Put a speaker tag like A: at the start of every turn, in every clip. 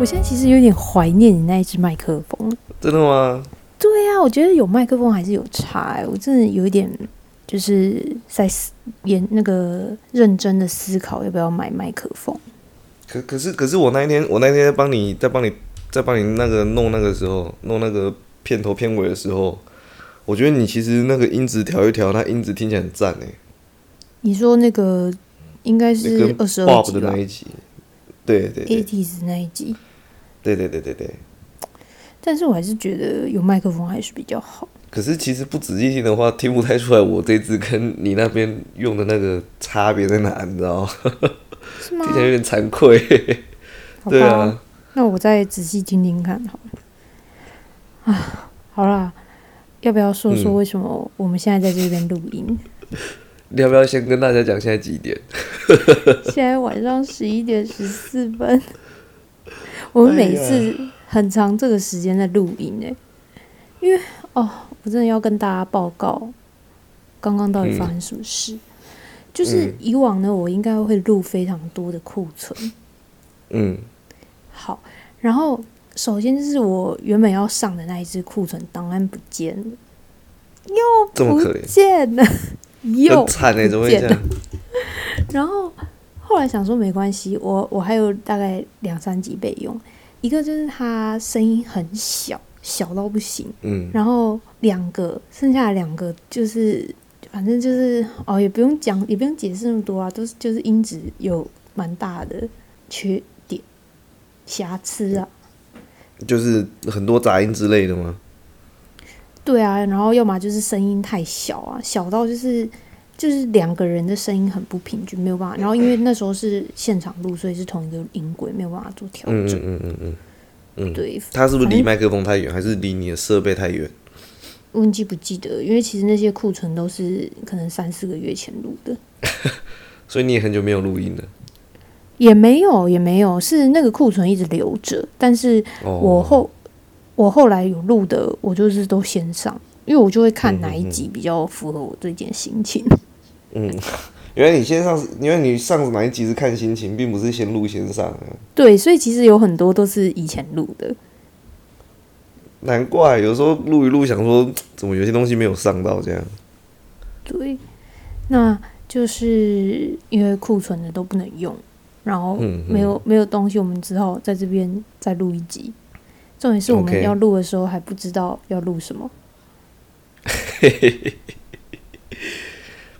A: 我现在其实有点怀念你那一支麦克风。
B: 真的吗？
A: 对啊，我觉得有麦克风还是有差、欸。我真的有一点就是在思研那个认真的思考要不要买麦克风。
B: 可可是可是我那一天我那一天在帮你在帮你在帮你那个弄那个时候弄那个片头片尾的时候，我觉得你其实那个音质调一调，那音质听起来很赞诶。
A: 你说那个应该
B: 那
A: 是
B: 跟
A: 二十二
B: Bob
A: 集
B: 的
A: 吧
B: 那一集，对对对
A: ，eighties 那一集，
B: 对对对对对。
A: 但是我还是觉得有麦克风还是比较好。
B: 可是其实不仔细听的话，听不太出来我这支跟你那边用的那个差别在哪，你知道吗？
A: 是吗
B: 听？起来有点惭愧。
A: 好吧
B: 对啊，
A: 那我再仔细听听看好了。啊，好啦，要不要说说
B: 嗯
A: 为什么我们现在在这边录音？
B: 你要不要先跟大家讲现在几点？
A: 现在晚上十一点十四分， 我们每次很长这个时间在录音哎、因为哦，我真的要跟大家报告，刚刚到底发生什么事。就是
B: 嗯
A: 以往呢，我应该会录非常多的库存。
B: 嗯
A: 好，然后首先就是我原本要上的那一支库存档案不见了，
B: 这么可
A: 不
B: 怜，
A: 见了，又
B: 很惨哎、
A: 不
B: 怎么会
A: 见
B: 这
A: 了
B: 样？
A: 然后后来想说没关系，我我还有大概两三集备用。一个就是它声音很小，小到不行。
B: 嗯，
A: 然后两个，剩下的两个就是，反正就是哦，也不用讲，也不用解释那么多啊，都是就是音质有蛮大的缺点、瑕疵啊。
B: 就是很多杂音之类的吗？
A: 对啊，然后要么就是声音太小啊，小到就是就是两个人的声音很不平均，没有办法。然后因为那时候是现场录，所以是同一个音轨，没有办法做调
B: 嗯
A: 整。
B: 嗯嗯嗯嗯。
A: 对，
B: 它是不是
A: 反
B: 离
A: 正
B: 麦克风太远，还是离你的设备太远？
A: 我记不记得？因为其实那些库存都是可能三四个月前录的，
B: 所以你也很久没有录音了。
A: 也没有也没有，是那个库存一直留着，但是
B: 哦，
A: 我后、我后来有录的，我就是都先上，因为我就会看哪一集比较符合我最近的心情。
B: 嗯，原来你先上，因为你上哪一集是看心情，并不是先录先上啊。
A: 对，所以其实有很多都是以前录的。
B: 难怪有时候录一录，想说怎么有些东西没有上到这样。
A: 对，那就是因为库存的都不能用，然后
B: 嗯嗯
A: 没有、没有东西，我们只好在这边再录一集。重点是我们
B: OK
A: 要录的时候还不知道要录什么。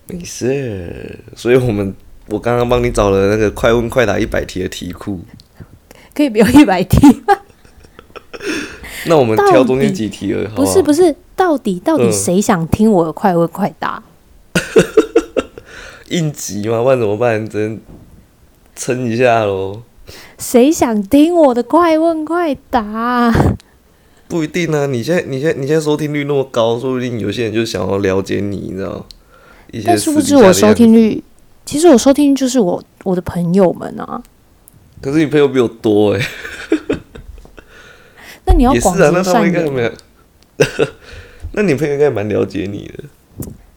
B: 没事，所以我们我刚刚帮你找了那个快问快答一百题的题库，
A: 可以不要一百题？
B: 啊那我们
A: 到底
B: 挑中间几题了，好
A: 不是不
B: 是，
A: 是，到底到底
B: 嗯
A: 谁想听我的快问快答？
B: 应急嘛，不然怎么办？只能撑一下喽。
A: 谁想听我的快问快答？
B: 不一定啊，你现在你现在你现在收听率那么高，说不定有些人就想要了解你，你知道？一些
A: 但殊不知
B: 私底下的
A: 我
B: 样子
A: 收听，率，其实我收听率就是我我的朋友们啊。
B: 可是你朋友比我多哎、
A: 那你要
B: 也是
A: 广
B: 啊，那
A: 结
B: 他们
A: 善
B: 应该
A: 缘
B: 没有， 那你朋友应该蛮了解你的。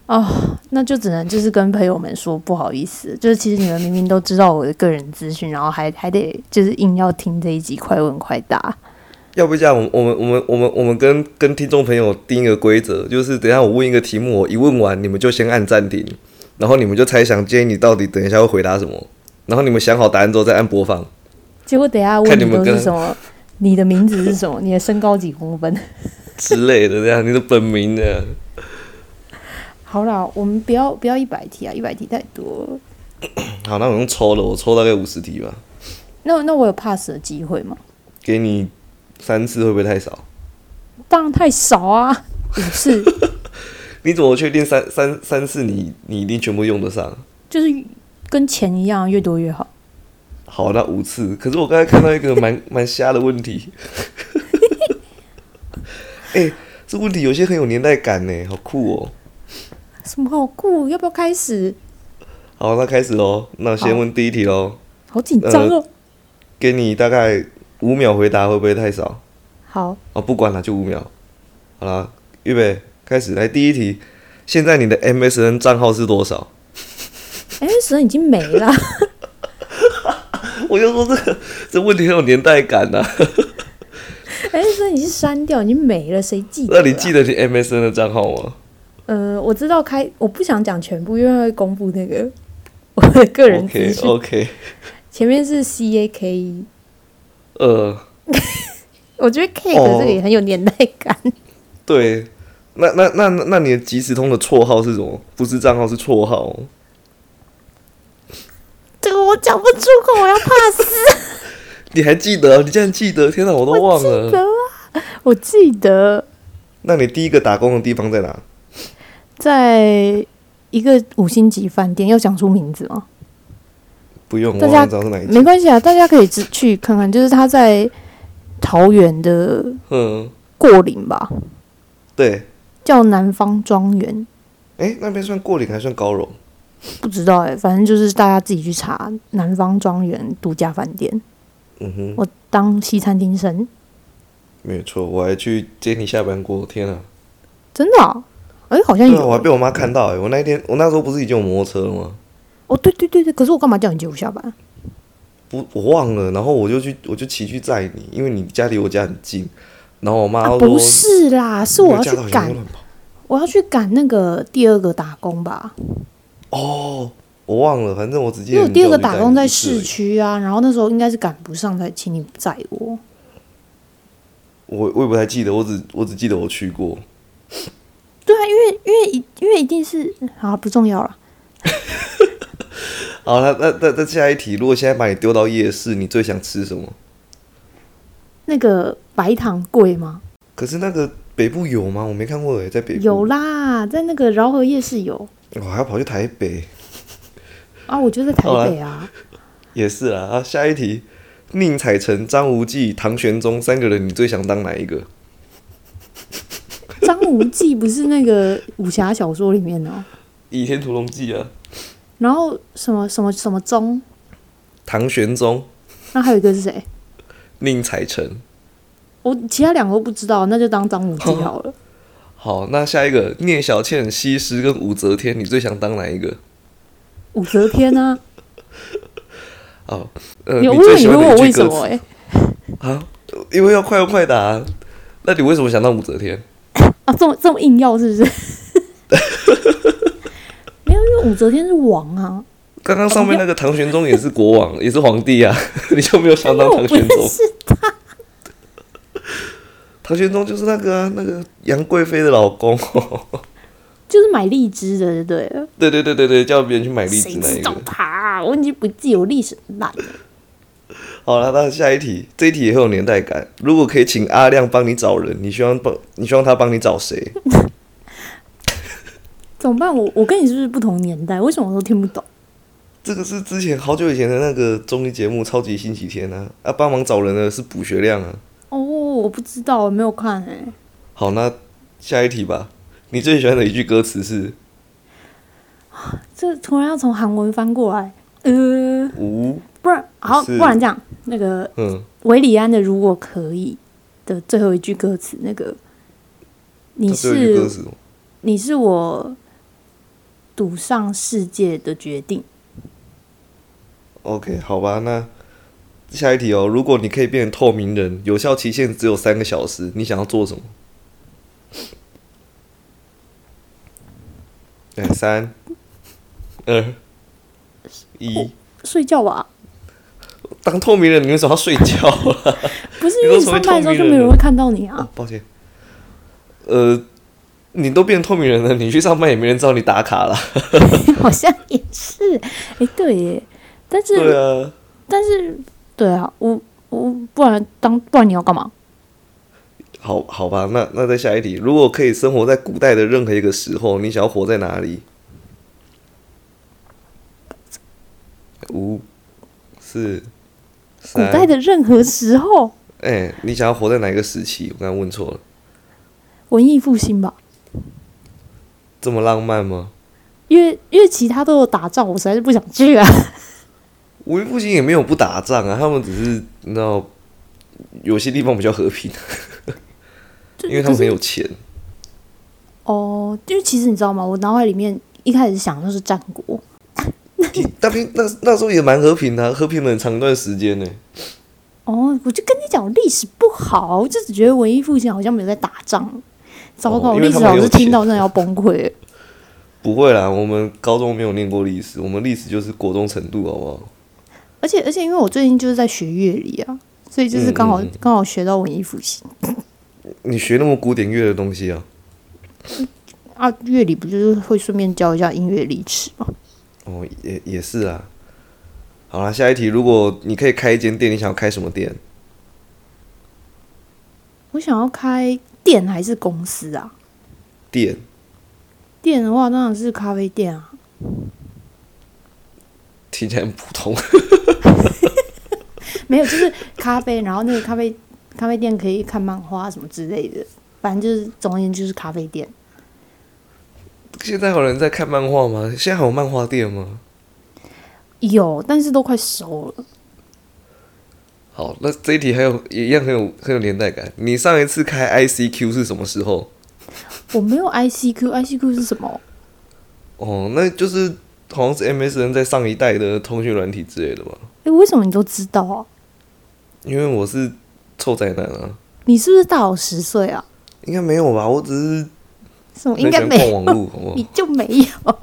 A: 哦，那就只能就是跟朋友们说不好意思，就是其实你们明明都知道我的个人资讯，然后还还得就是硬要听这一集快问快答。
B: 要不这样，我们我们我们我们我们跟跟听众朋友定一个规则，就是等一下我问一个题目，我一问完你们就先按暂停，然后你们就猜想建议你到底等一下会回答什么，然后你们想好答案之后再按播放。
A: 结果等一下问
B: 看
A: 你
B: 你们
A: 都是
B: 跟
A: 什么，你的名字是什么，你的身高几公分？
B: 之类的，这样你的本名的，
A: 好啦，我们不要不要一百题啊，一百题太多了。
B: 好，那我用抽了，我抽大概五十题吧，
A: 那那我有 pass 的机会吗？
B: 给你三次会不会太少？
A: 当然太少啊，五次
B: 你怎么确定三三三次你你一定全部用得上？
A: 就是跟钱一样，越多越好。
B: 好，那五次。可是我刚才看到一个蛮 蛮瞎的问题， 哎、这问题有些很有年代感呢，好酷哦。
A: 什么好酷？要不要开始？
B: 好，那开始喽。那先问第一题喽，
A: 好紧
B: 呃
A: 张哦。
B: 给你大概五秒回答，会不会太少？
A: 好，
B: 哦，不管了，就五秒。好啦，预备，开始。来，第一题，现在你的 MSN 账号是多少？
A: 哎、神已经没了。
B: 我就说这个这问题很有年代感呐、啊。
A: 哎、所以你是删掉，你没了，谁记得、啊？
B: 那你记得你 MSN 的账号吗？
A: 呃，我知道开，我不想讲全部，因为会公布那个 我的个人资
B: OK 哦
A: 讯。
B: OK，
A: 前面是 C A K E，
B: 呃，
A: 我觉得
B: 哦
A: cake 这个也很有年代感。
B: 对，那那那那你的即时通的绰号是什么？不是账号是绰号哦。
A: 这个我讲不出口，我要 怕死。
B: 你还记得？你竟然记得？天哪，我都忘了。
A: 我记得
B: 那你第一个打工的地方在哪？
A: 在一个五星级饭店，要讲出名字吗？
B: 不用，我
A: 大
B: 忘
A: 家
B: 了知道是哪一
A: 没
B: 间。
A: 关系啊，大家可以只去看看，就是他在桃园的
B: 嗯，
A: 过岭吧，
B: 对。
A: 叫南方庄园，
B: 哎、那边算过岭还算高荣？
A: 不知道哎、反正就是大家自己去查南方庄园度假饭店。
B: 嗯哼，
A: 我当西餐厅生，
B: 没有错，我还去接你下班过。天啊！
A: 真的、啊？哎、好像
B: 对啊，
A: 有
B: 我还被我妈看到哎、我那一天，我那时候不是已经有摩托车了吗？
A: 哦，对对对对，可是我干嘛叫你接我下班？
B: 不，我忘了。然后我就去，我就骑去载你，因为你家离我家很近。然后我妈
A: 啊，
B: 说、
A: 不是啦，是我要去
B: 你有驾照
A: 赶
B: 你不能，乱跑
A: 我要去赶那个第二个打工吧，
B: 哦，我忘了，反正我只记
A: 因
B: 得
A: 为我第二个
B: 你叫
A: 打
B: 我去载
A: 工
B: 你
A: 在
B: 一次而
A: 市
B: 已。
A: 区啊，然后那时候应该是赶不上，才请你载我。
B: 我我也不太记得，我只我只记得我去过。
A: 对啊，因为因为一因为一定是啊，不重要了。
B: 好，那那那那下一题，如果现在把你丢到夜市，你最想吃什么？
A: 那个白糖贵吗？
B: 可是那个北部有吗？我没看过诶，在北部
A: 有啦，在那个饶河夜市有
B: 我还要跑去台北，
A: 啊，我就在台北啊。
B: 也是啦。啊，下一题，宁采臣、张无忌、唐玄宗三个人，你最想当哪一个？
A: 张无忌不是那个武侠小说里面的哦、
B: 《倚天屠龙记》啊，
A: 然后什么什么什么宗，
B: 唐玄宗、
A: 那还有一个是谁？
B: 宁采臣。
A: 我其他两个都不知道，那就当张无忌好
B: 哦
A: 了。
B: 好，那下一个聂小倩、西施跟武则天，你最想当哪一个？
A: 武则天啊，
B: 哦， 呃，
A: 你
B: 你
A: 我以
B: 最
A: 为
B: 喜
A: 你
B: 欢
A: 问我
B: 哪一句
A: 为什么
B: 歌词
A: 哎、
B: 啊？因为要快问快答啊、那你为什么想当武则天？
A: 啊，这么这么硬要是 不是？没有，因为武则天是王啊，
B: 刚刚上面那个唐玄宗也是 国王，也是皇帝啊， 你就没有想当
A: 那
B: 唐
A: 我不
B: 玄
A: 认
B: 宗？
A: 识
B: 唐玄宗就是那个啊、那个杨贵妃的老公、
A: 就是买荔枝的就对了。
B: 对对对对对，叫别人去买荔枝
A: 谁
B: 那
A: 知
B: 一
A: 道
B: 个。
A: 他、啊？我已经不记我历史很烂了。
B: 好了，那下一题，这一题也很有年代感。如果可以请阿亮帮你找人，你希望帮你希望他帮你找谁？
A: 怎么办？我我跟你是不是不同年代？为什么我都听不懂？
B: 这个是之前好久以前的那个综艺节目《超级星期天》啊，啊，帮忙找人的是卜学亮啊。
A: 哦，我不知道，我没有看哎、
B: 好，那下一题吧。你最喜欢的一句歌词是
A: 这突然要从韩文翻过来，呃，
B: “无
A: 不然好，
B: 是
A: 不然这样，那个
B: 嗯
A: 维里安的《如果可以》的最后一句歌词，那个你
B: 它最后一句歌
A: 是
B: 词吗
A: 你是我赌上世界的决定，
B: OK，好吧，那下一题哦。如果你可以变成透明人，有效期限只有三个小时，你想要做什么？哎，三、二、一，
A: 睡觉吧。
B: 当透明人，你为什么要睡觉啊？
A: 不是因为你上班的时候就没有人会看到你啊
B: 哦，，抱歉，呃，你都变透明人了，你去上班也没人知道你打卡 啦。
A: 好像也是，哎、对耶，但是
B: 对啊，
A: 但是，对啊，我我不然当不然你要干嘛？
B: 好好吧，那那再下一题，如果可以生活在古代的任何一个时候，你想要活在哪里？五、四、
A: 古
B: 三。
A: 代的任何时候，
B: 哎、你想要活在哪一个时期？我刚刚问错了，
A: 文艺复兴吧，
B: 这么浪漫吗？
A: 因为因为其他都有打仗，我实在是不想去 啊。
B: 文艺复兴也没有不打仗啊，他们只是你知道，有些地方比较和平， 因为他
A: 可
B: 们
A: 是
B: 很有钱。
A: 哦，因为其实你知道吗？我脑海里面一开始想的就是战国，
B: 你大兵那那时候也蛮和平的啊、和平了很长一段时间呢、
A: 哦，我就跟你讲，我历史不好，我就只觉得文艺复兴好像没有在打仗。糟糕，
B: 哦因为
A: 历史
B: 他们
A: 老
B: 有
A: 师
B: 钱
A: 听到真的要崩溃了。
B: 不会啦，我们高中没有念过历史，我们历史就是国中程度，好不好？
A: 而且而且，因为我最近就是在学乐理啊，所以就是刚好
B: 嗯嗯嗯
A: 刚、好学到文艺复兴
B: 你学那么古典乐的东西啊？
A: 啊，乐理不就是会顺便教一下音乐历史吗？
B: 哦，也也是啊。好啦，下一题，如果你可以开一间店，你想要开什么店？
A: 我想要开店还是公司啊？
B: 店
A: 店的话当然是咖啡店啊。
B: 听起来很普通，
A: 没有，就是咖啡，然后那个咖啡咖啡店可以看漫画什么之类的，反正就是总而言之就是咖啡店。
B: 现在还有人在看漫画吗？现在还有漫画店吗？
A: 有，但是都快熟了。
B: 好，那这一题还有也一样很有很有年代感。你上一次开 ICQ 是什么时候？
A: 我没有 ICQ，ICQ 是什么？
B: 哦，那就是好像是 MSN 在上一代的通讯软体之类的吧？
A: 诶，为什么你都知道啊？
B: 因为我是臭宅男啊，
A: 你是不是大我十岁啊？
B: 应该没有吧？我只是
A: 什么应
B: 很喜
A: 该
B: 欢
A: 没
B: 逛网
A: 有，
B: 络，好不好
A: 你？就没有，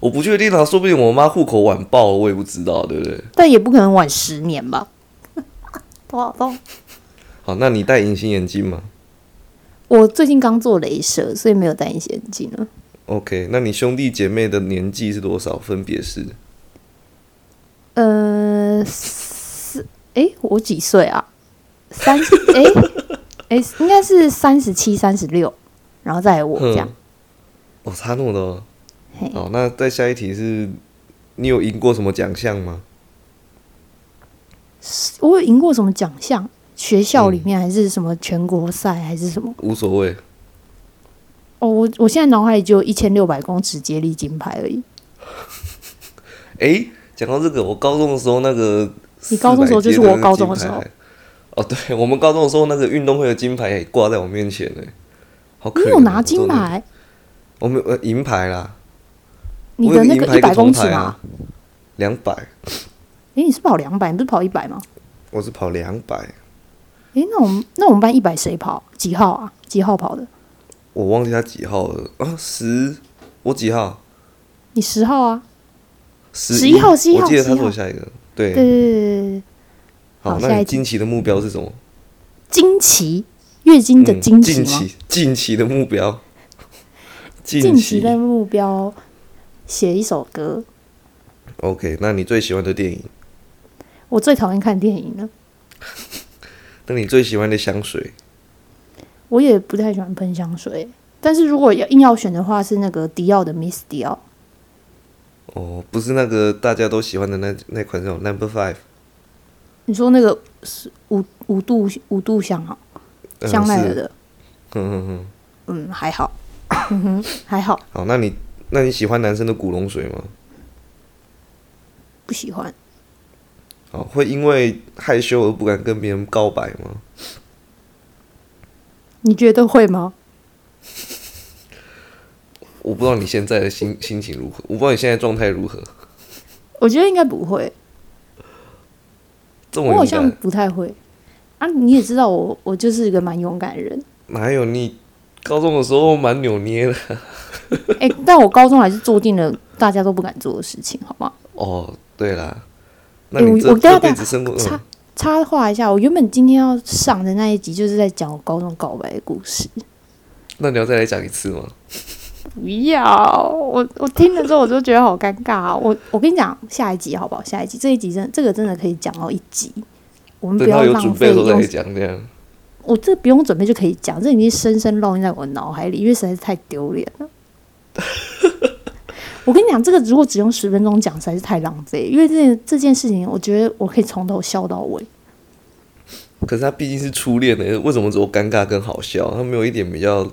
B: 我不确定啊，说不定我妈户口晚报，我也不知道，对不对？
A: 但也不可能晚十年吧？ 多少多少？
B: 好，那你戴隐形眼镜吗
A: 我最近刚做镭射，所以没有戴隐形眼镜了。
B: ？OK，那你兄弟姐妹的年纪是多少？分别是
A: 呃，四诶，我几岁啊？三十 诶诶，应该是三十七、三十六，然后再来
B: 嗯
A: 我这样。
B: 哦，差那么多。
A: 嘿，
B: 好，那再下一题是，你有赢过什么奖项吗？
A: 我有赢过什么奖项？学校
B: 嗯
A: 里面还是什么全国赛还是什么？
B: 无所谓，
A: 哦，我我现在脑海里只有一千六百公尺接力金牌而已。
B: 诶，哎讲到这个，我高中的时候那个，
A: 你高中的时候就是我高中的时候。
B: 哦，对，我们高中的时候那个运动会的金牌也挂在我面前呢，好可啊
A: 你
B: 怜。哦
A: 有拿金？牌？
B: 我没有呃银牌啦，
A: 你
B: 我
A: 的
B: 有
A: 那
B: 银
A: 个
B: 牌
A: 一百
B: 铜
A: 公尺
B: 牌
A: 吗
B: 啊？，两百，
A: 诶，你是跑两百，你不是跑一百吗？
B: 我是跑两百，
A: 诶，那我们那我们班一百谁跑？几号啊？几号跑的？
B: 我忘记他几号了啊，十，我几号？
A: 你十号啊？
B: 十
A: 11号11号
B: 我记得他
A: 11
B: 是
A: 号
B: 我下一个。对，
A: 对对对对对对。
B: 好
A: 好，
B: 那
A: 下一
B: 你
A: 题
B: 近期的目标是什么？
A: 惊奇，月经的
B: 嗯
A: 惊奇
B: 近
A: 吗？
B: 期近期的目标，
A: 近
B: 近期
A: 的目标，写一首歌。
B: OK，那你最喜欢的电影？
A: 我最讨厌看电影了，
B: 那你最喜欢的香水？
A: 我也不太喜欢喷香水。但是如果要硬要选的话，是那个迪奥的 Miss 迪奥。
B: 哦，不是那个大家都喜欢的那那款叫 Number Five，
A: 你说那个是五五度五度香啊，
B: 嗯
A: 香奈儿。
B: 是
A: 的，
B: 嗯嗯嗯。
A: 嗯，还好，嗯哼，还好，
B: 好，那你那你喜欢男生的古龙水吗？
A: 不喜欢。
B: 哦，会因为害羞而不敢跟别人告白吗？
A: 你觉得会吗？
B: 我不知道你现在的心心情如何，我不知道你现在状态如何。
A: 我觉得应该不会，
B: 这么
A: 我好
B: 勇
A: 像
B: 敢，
A: 不太会。啊，你也知道我，我就是一个蛮勇敢的人。
B: 哪有你高中的时候蛮扭捏的？
A: 哎、但我高中还是做尽了大家都不敢做的事情，好吗？
B: 哦，对啦，那
A: 欸
B: 你
A: 我
B: 这
A: 我等下
B: 这辈
A: 等
B: 子生过、
A: 插
B: 嗯、
A: 插话一下，我原本今天要上的那一集就是在讲我高中告白的故事。
B: 那你要再来讲一次吗？
A: 不要，我我听了之后我就觉得好尴尬、啊。 我我跟你讲，下一集好不好？下一集这一集真的这个真的可以讲到一集，我们不
B: 等
A: 要
B: 到有
A: 浪
B: 准备的
A: 费
B: 时候再
A: 用
B: 来。讲，这样。
A: 我这不用准备就可以讲，这已经深深烙印在我脑海里，因为实在是太丢脸 了。我跟你讲，这个如果只用十分钟讲，实在是太浪费。因为这这件事情，我觉得我可以从头笑到尾。
B: 可是他毕竟是初恋呢，为什么只有尴尬跟好笑？他没有一点比较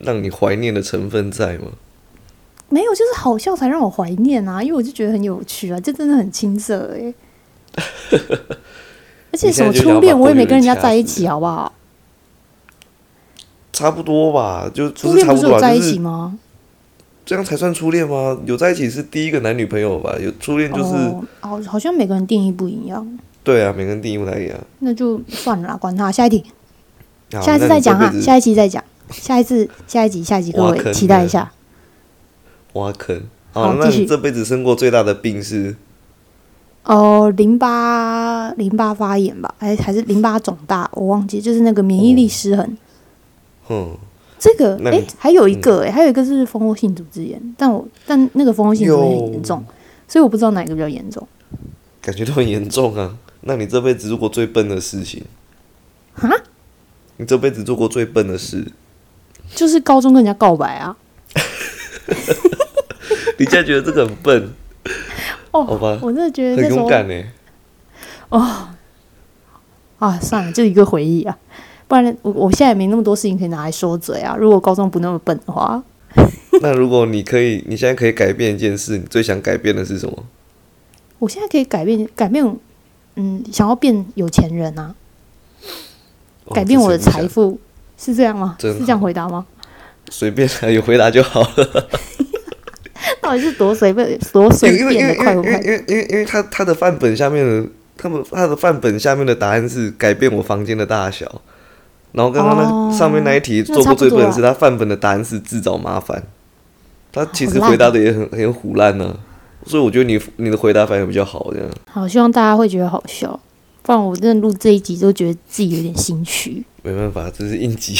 B: 让你怀念的成分在吗？
A: 没有，就是好笑才让我怀念啊，因为我就觉得很有趣啊，这真的很青涩哎、 而且什么初恋，我也没跟人家在一起，好不好？
B: 差不多吧，就
A: 初
B: 是
A: 恋
B: 差
A: 不
B: 不
A: 是
B: 多
A: 有
B: 吧，
A: 在一
B: 就
A: 起
B: 是
A: 吗？
B: 这样才算初恋吗？有在一起是第一个男女朋友吧？有初恋就是、
A: 哦，好，好像每个人定义不一样，
B: 对啊，每个人定义不太一样。
A: 那就算了啦，管他，下一题，
B: 好
A: 下一次再讲
B: 那
A: 啊
B: 你这辈，子
A: 下一期再讲，下一次，下一集，下一集，各
B: 挖
A: 位
B: 坑
A: 期待
B: 了
A: 一下。
B: 挖坑。
A: 好
B: 那
A: 继续
B: 你这辈子生过最大的病是？
A: 哦，淋巴淋巴发炎吧，还还是淋巴肿大，我忘记，就是那个免疫力失衡。
B: 哼，
A: 这个
B: 那
A: 诶，
B: 你嗯
A: 还有一个诶，还有一个是蜂窝性组织炎，但我但那个蜂窝性组织炎很严重，所以我不知道哪个比较严重
B: 感觉都很严重啊。那你这辈子做过最笨的事情？
A: 哈，
B: 你这辈子做过最笨的事？
A: 就是高中跟人家告白啊，
B: 你竟然觉得这个很笨？
A: 哦
B: 好吧
A: 我真的觉得
B: 很
A: 那时
B: 勇
A: 候
B: 敢欸呢。
A: 啊，算了，就一个回忆啊，不然我我现在也没那么多事情可以拿来说嘴啊。如果高中不那么笨的话，
B: 那如果你可以，你现在可以改变一件事，你最想改变的是什么？
A: 我现在可以改变改变，嗯，想要变有钱人啊，
B: 哦
A: 改变我的财，
B: 这是
A: 富是这样吗？
B: 真
A: 是这样回答吗？
B: 你想随便啊，有回答就好了。
A: 到底是多随便多随
B: 因为因
A: 便的
B: 为因为
A: 快
B: 因
A: 不
B: 为
A: 快？
B: 因为因为因为他他的范本下面的，他们他的范本下面的答案是改变我房间的大小，然后刚刚
A: 哦
B: 那上面那一题
A: 那
B: 做
A: 差
B: 过
A: 不
B: 最
A: 多
B: 笨的是
A: 啦
B: 他范本的答案是自找麻烦，他其
A: 好
B: 实
A: 烂
B: 回答
A: 哦
B: 的也很很胡乱呢、所以我觉得你你的回答反而比较好这样。
A: 好，希望大家会觉得好笑，不然我真的录这一集都觉得自己有点心虚。
B: 没办法，这是应急。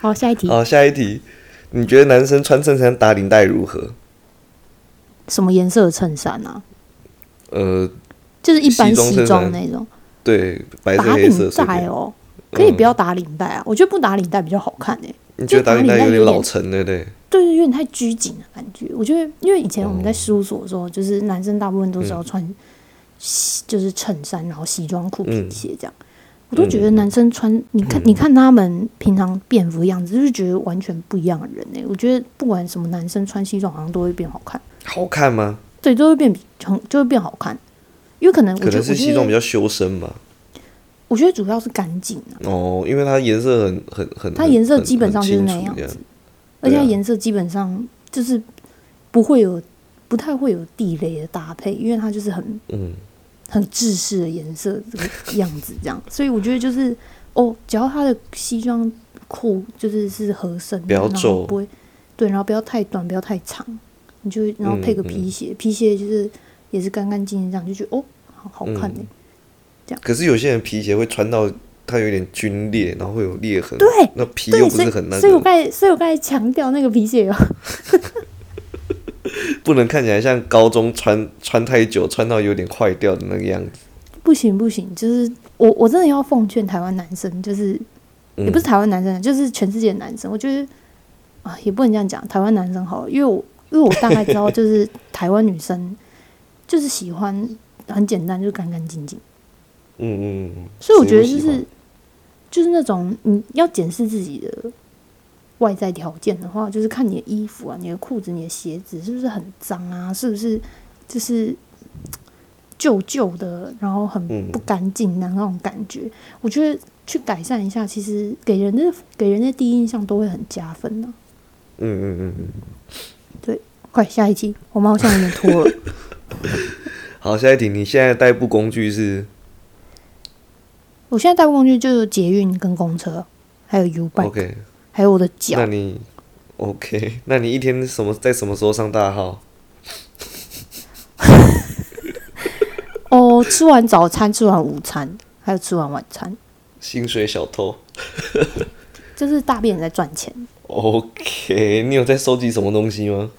A: 好，下一题，
B: 好，下一题，你觉得男生穿衬衫打领带如何？
A: 什么颜色的衬衫啊？
B: 呃，
A: 就是一般
B: 西装
A: 西
B: 衬
A: 装
B: 衫
A: 那种，
B: 对，白色
A: 打
B: 黑色
A: 领
B: 随
A: 带
B: 便。
A: 哦，可以不
B: 嗯
A: 要打领带啊，我觉得不打领带比较好看诶、欸
B: 你觉得
A: 就打
B: 打领
A: 领
B: 带
A: 带
B: 有点
A: 有
B: 老
A: 点
B: 成，对不对？
A: 对，有点太拘谨的感觉。我觉得，因为以前我
B: 嗯
A: 们在事务所的时候，就是男生大部分都是要穿西，就是衬衫，然后西装裤、
B: 嗯
A: 皮鞋这样。我都觉得男生穿，你看，你看他们平常便服的样子，就是觉得完全不一样的人呢、我觉得不管什么男生穿西装，好像都会变好看，
B: 好看吗？
A: 对，都会变很就会变好看。因为可能我
B: 可
A: 觉得，
B: 能是西装
A: 我
B: 比
A: 觉得，
B: 较修身吧。
A: 我觉得主要是干净啊，
B: 哦，因为它颜色很很很，
A: 它
B: 很
A: 颜色
B: 很
A: 基本上就是
B: 很
A: 那
B: 清楚
A: 样
B: 这样
A: 子，而且它
B: 对啊
A: 颜色基本上就是不会有，不太会有地雷的搭配，因为它就是很
B: 嗯，
A: 很制式的颜色这个样子这样，所以我觉得就是哦，只要他的西装裤就是是合身的，
B: 不要
A: 然
B: 皱
A: 后不会对，然后不要太短，不要太长，你就然后配个
B: 嗯嗯
A: 皮鞋，皮鞋就是也是干干净净这样，就觉得哦，好好看呢、
B: 嗯可是有些人皮鞋会穿到它有点皲裂，然后会有裂痕。
A: 对
B: 那皮又
A: 对，
B: 不
A: 所以
B: 是很那
A: 所以我
B: 个，
A: 刚才，所以我刚才强调那个皮鞋哦有，
B: 不能看起来像高中穿穿太久，穿到有点坏掉的那个样子。
A: 不行不行，就是我我真的要奉劝台湾男生，就是
B: 嗯、
A: 也不是台湾男生啊，就是全世界的男生。我觉得啊，也不能这样讲，台湾男生好了，因为我因为我大概知道，就是台湾女生就是喜欢很简单，就是干干净净。
B: 嗯，嗯嗯，
A: 所以我觉得
B: 谁
A: 就
B: 不喜欢
A: 是就是那种你要检视自己的外在条件的话，就是看你的衣服啊、你的裤子、你的鞋子是不是很脏啊，是不是就是旧旧的，然后很
B: 嗯
A: 不干净的那种感觉。我觉得去改善一下，其实给人的给人的第一印象都会很加分的、
B: 嗯嗯嗯嗯。
A: 快下一期，我们好像有点拖了。
B: 好，下一题，你现在的代步工具是
A: 我现在代步工具就是捷运跟公车，还有 U bike，、
B: OK？
A: 还有我的
B: 那
A: 脚。
B: 你 OK？那你一天什么在什么时候上大号？
A: 哦，吃完早餐，吃完午餐，还有吃完晚餐。
B: 薪水小偷。
A: 就是大便也在赚钱。
B: OK，你有在收集什么东西吗？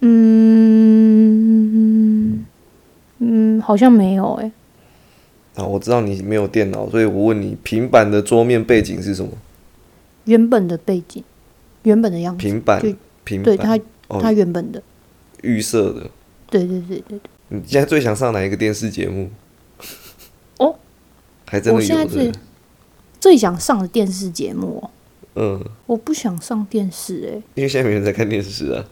A: 嗯嗯，好像没有诶、
B: 啊，我知道你没有电脑，所以我问你，平板的桌面背景是什么？
A: 嗯原本的背景，原本的样子，
B: 平板
A: 就，
B: 平
A: 对它
B: 板，
A: 它
B: 哦，
A: 原本的，
B: 预设的。
A: 对对对对对。
B: 你现在最想上哪一个电视节目？
A: 哦，
B: 还真
A: 我
B: 的
A: 现在
B: 有
A: 最
B: 的，
A: 最想上的电视节目、哦，
B: 嗯，
A: 我不想上电视诶、
B: 因为现在没人在看电视啊。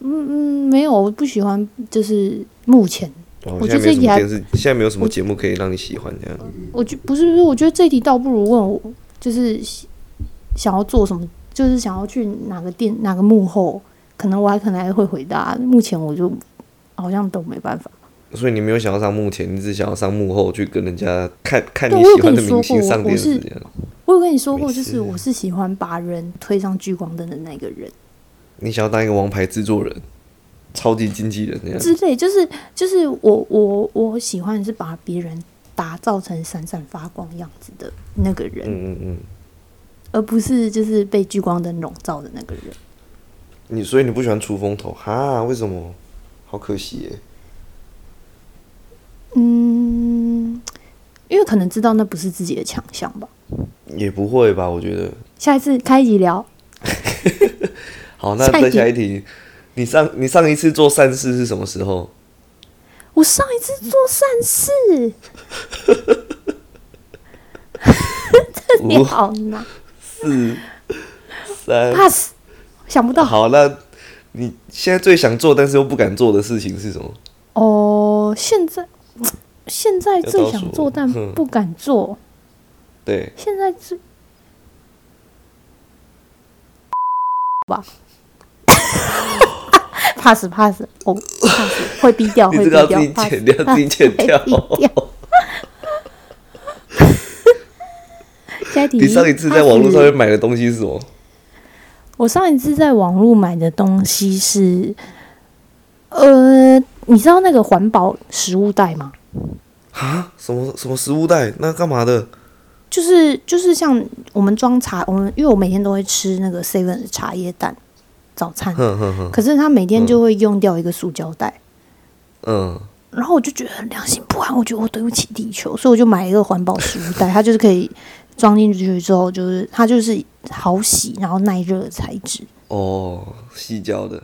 A: 嗯嗯，没有，我不喜欢，就是目前。
B: 哦，
A: 我
B: 现
A: 觉得
B: 在没
A: 这题
B: 有什么
A: 还
B: 电视，现在没有什么节目可以让你喜欢这样。
A: 我就不是不是，我觉得这题倒不如问我，就是想要做什么就是想要去哪个店哪个幕后，可能我还可能还会回答。目前我就好像都没办法。
B: 所以你没有想要上幕前，你只想要上幕后去跟人家看看
A: 对
B: 你
A: 我有
B: 喜欢
A: 跟
B: 的
A: 你说
B: 明星
A: 过
B: 上
A: 我
B: 电视
A: 是
B: 这样。
A: 我有跟你说过，
B: 没
A: 就
B: 事
A: 是我是喜欢把人推上聚光灯的那个人
B: 你想要当一个王牌制作人、超级经纪人那样。
A: 之类，就是就是我我我喜欢是把别人打造成闪闪发光样子的那个人，
B: 嗯嗯嗯，
A: 而不是就是被聚光灯笼罩的那个人。
B: 你所以你不喜欢出风头哈？为什么？好可惜耶。
A: 嗯，因为可能知道那不是自己的强项吧。
B: 也不会吧？我觉得。
A: 下一次开一集聊，
B: 好，那
A: 下一
B: 再
A: 题
B: 下一题。你上你上一次做善事是什么时候？
A: 我上一次做善事， 这你
B: 五
A: 好难
B: 四三。
A: ，pass，想不到。
B: 好，那你现在最想做但是又不敢做的事情是什么？
A: 哦，现在现在
B: 倒
A: 最想
B: 数
A: 做但
B: 哼
A: 不敢做，
B: 对，
A: 现在最 吧，pass pass，哦 pass 会逼掉，
B: 你
A: 会逼
B: 这个要
A: 掉
B: 自己
A: ，pass
B: 剪掉，自己剪
A: 会
B: 掉。
A: 逼掉。下一题，
B: 你上一次在网络
A: pass
B: 上面买的东西是什么？
A: 我上一次在网络买的东西是，呃，你知道那个环保食物袋吗？
B: 啊？什么什么食物袋？那干嘛的？
A: 就是就是像我们装茶，我们因为我每天都会吃那个 Seven 的茶叶蛋早餐，
B: 哼嗯哼哼，
A: 可是他每天就会用掉一个塑胶袋，
B: 嗯，
A: 然后我就觉得很良心不安，我觉得我对不起地球，所以我就买一个环保食物袋，它就是可以装进去之后，就是它就是好洗，然后耐热的材质。
B: 哦，细胶的，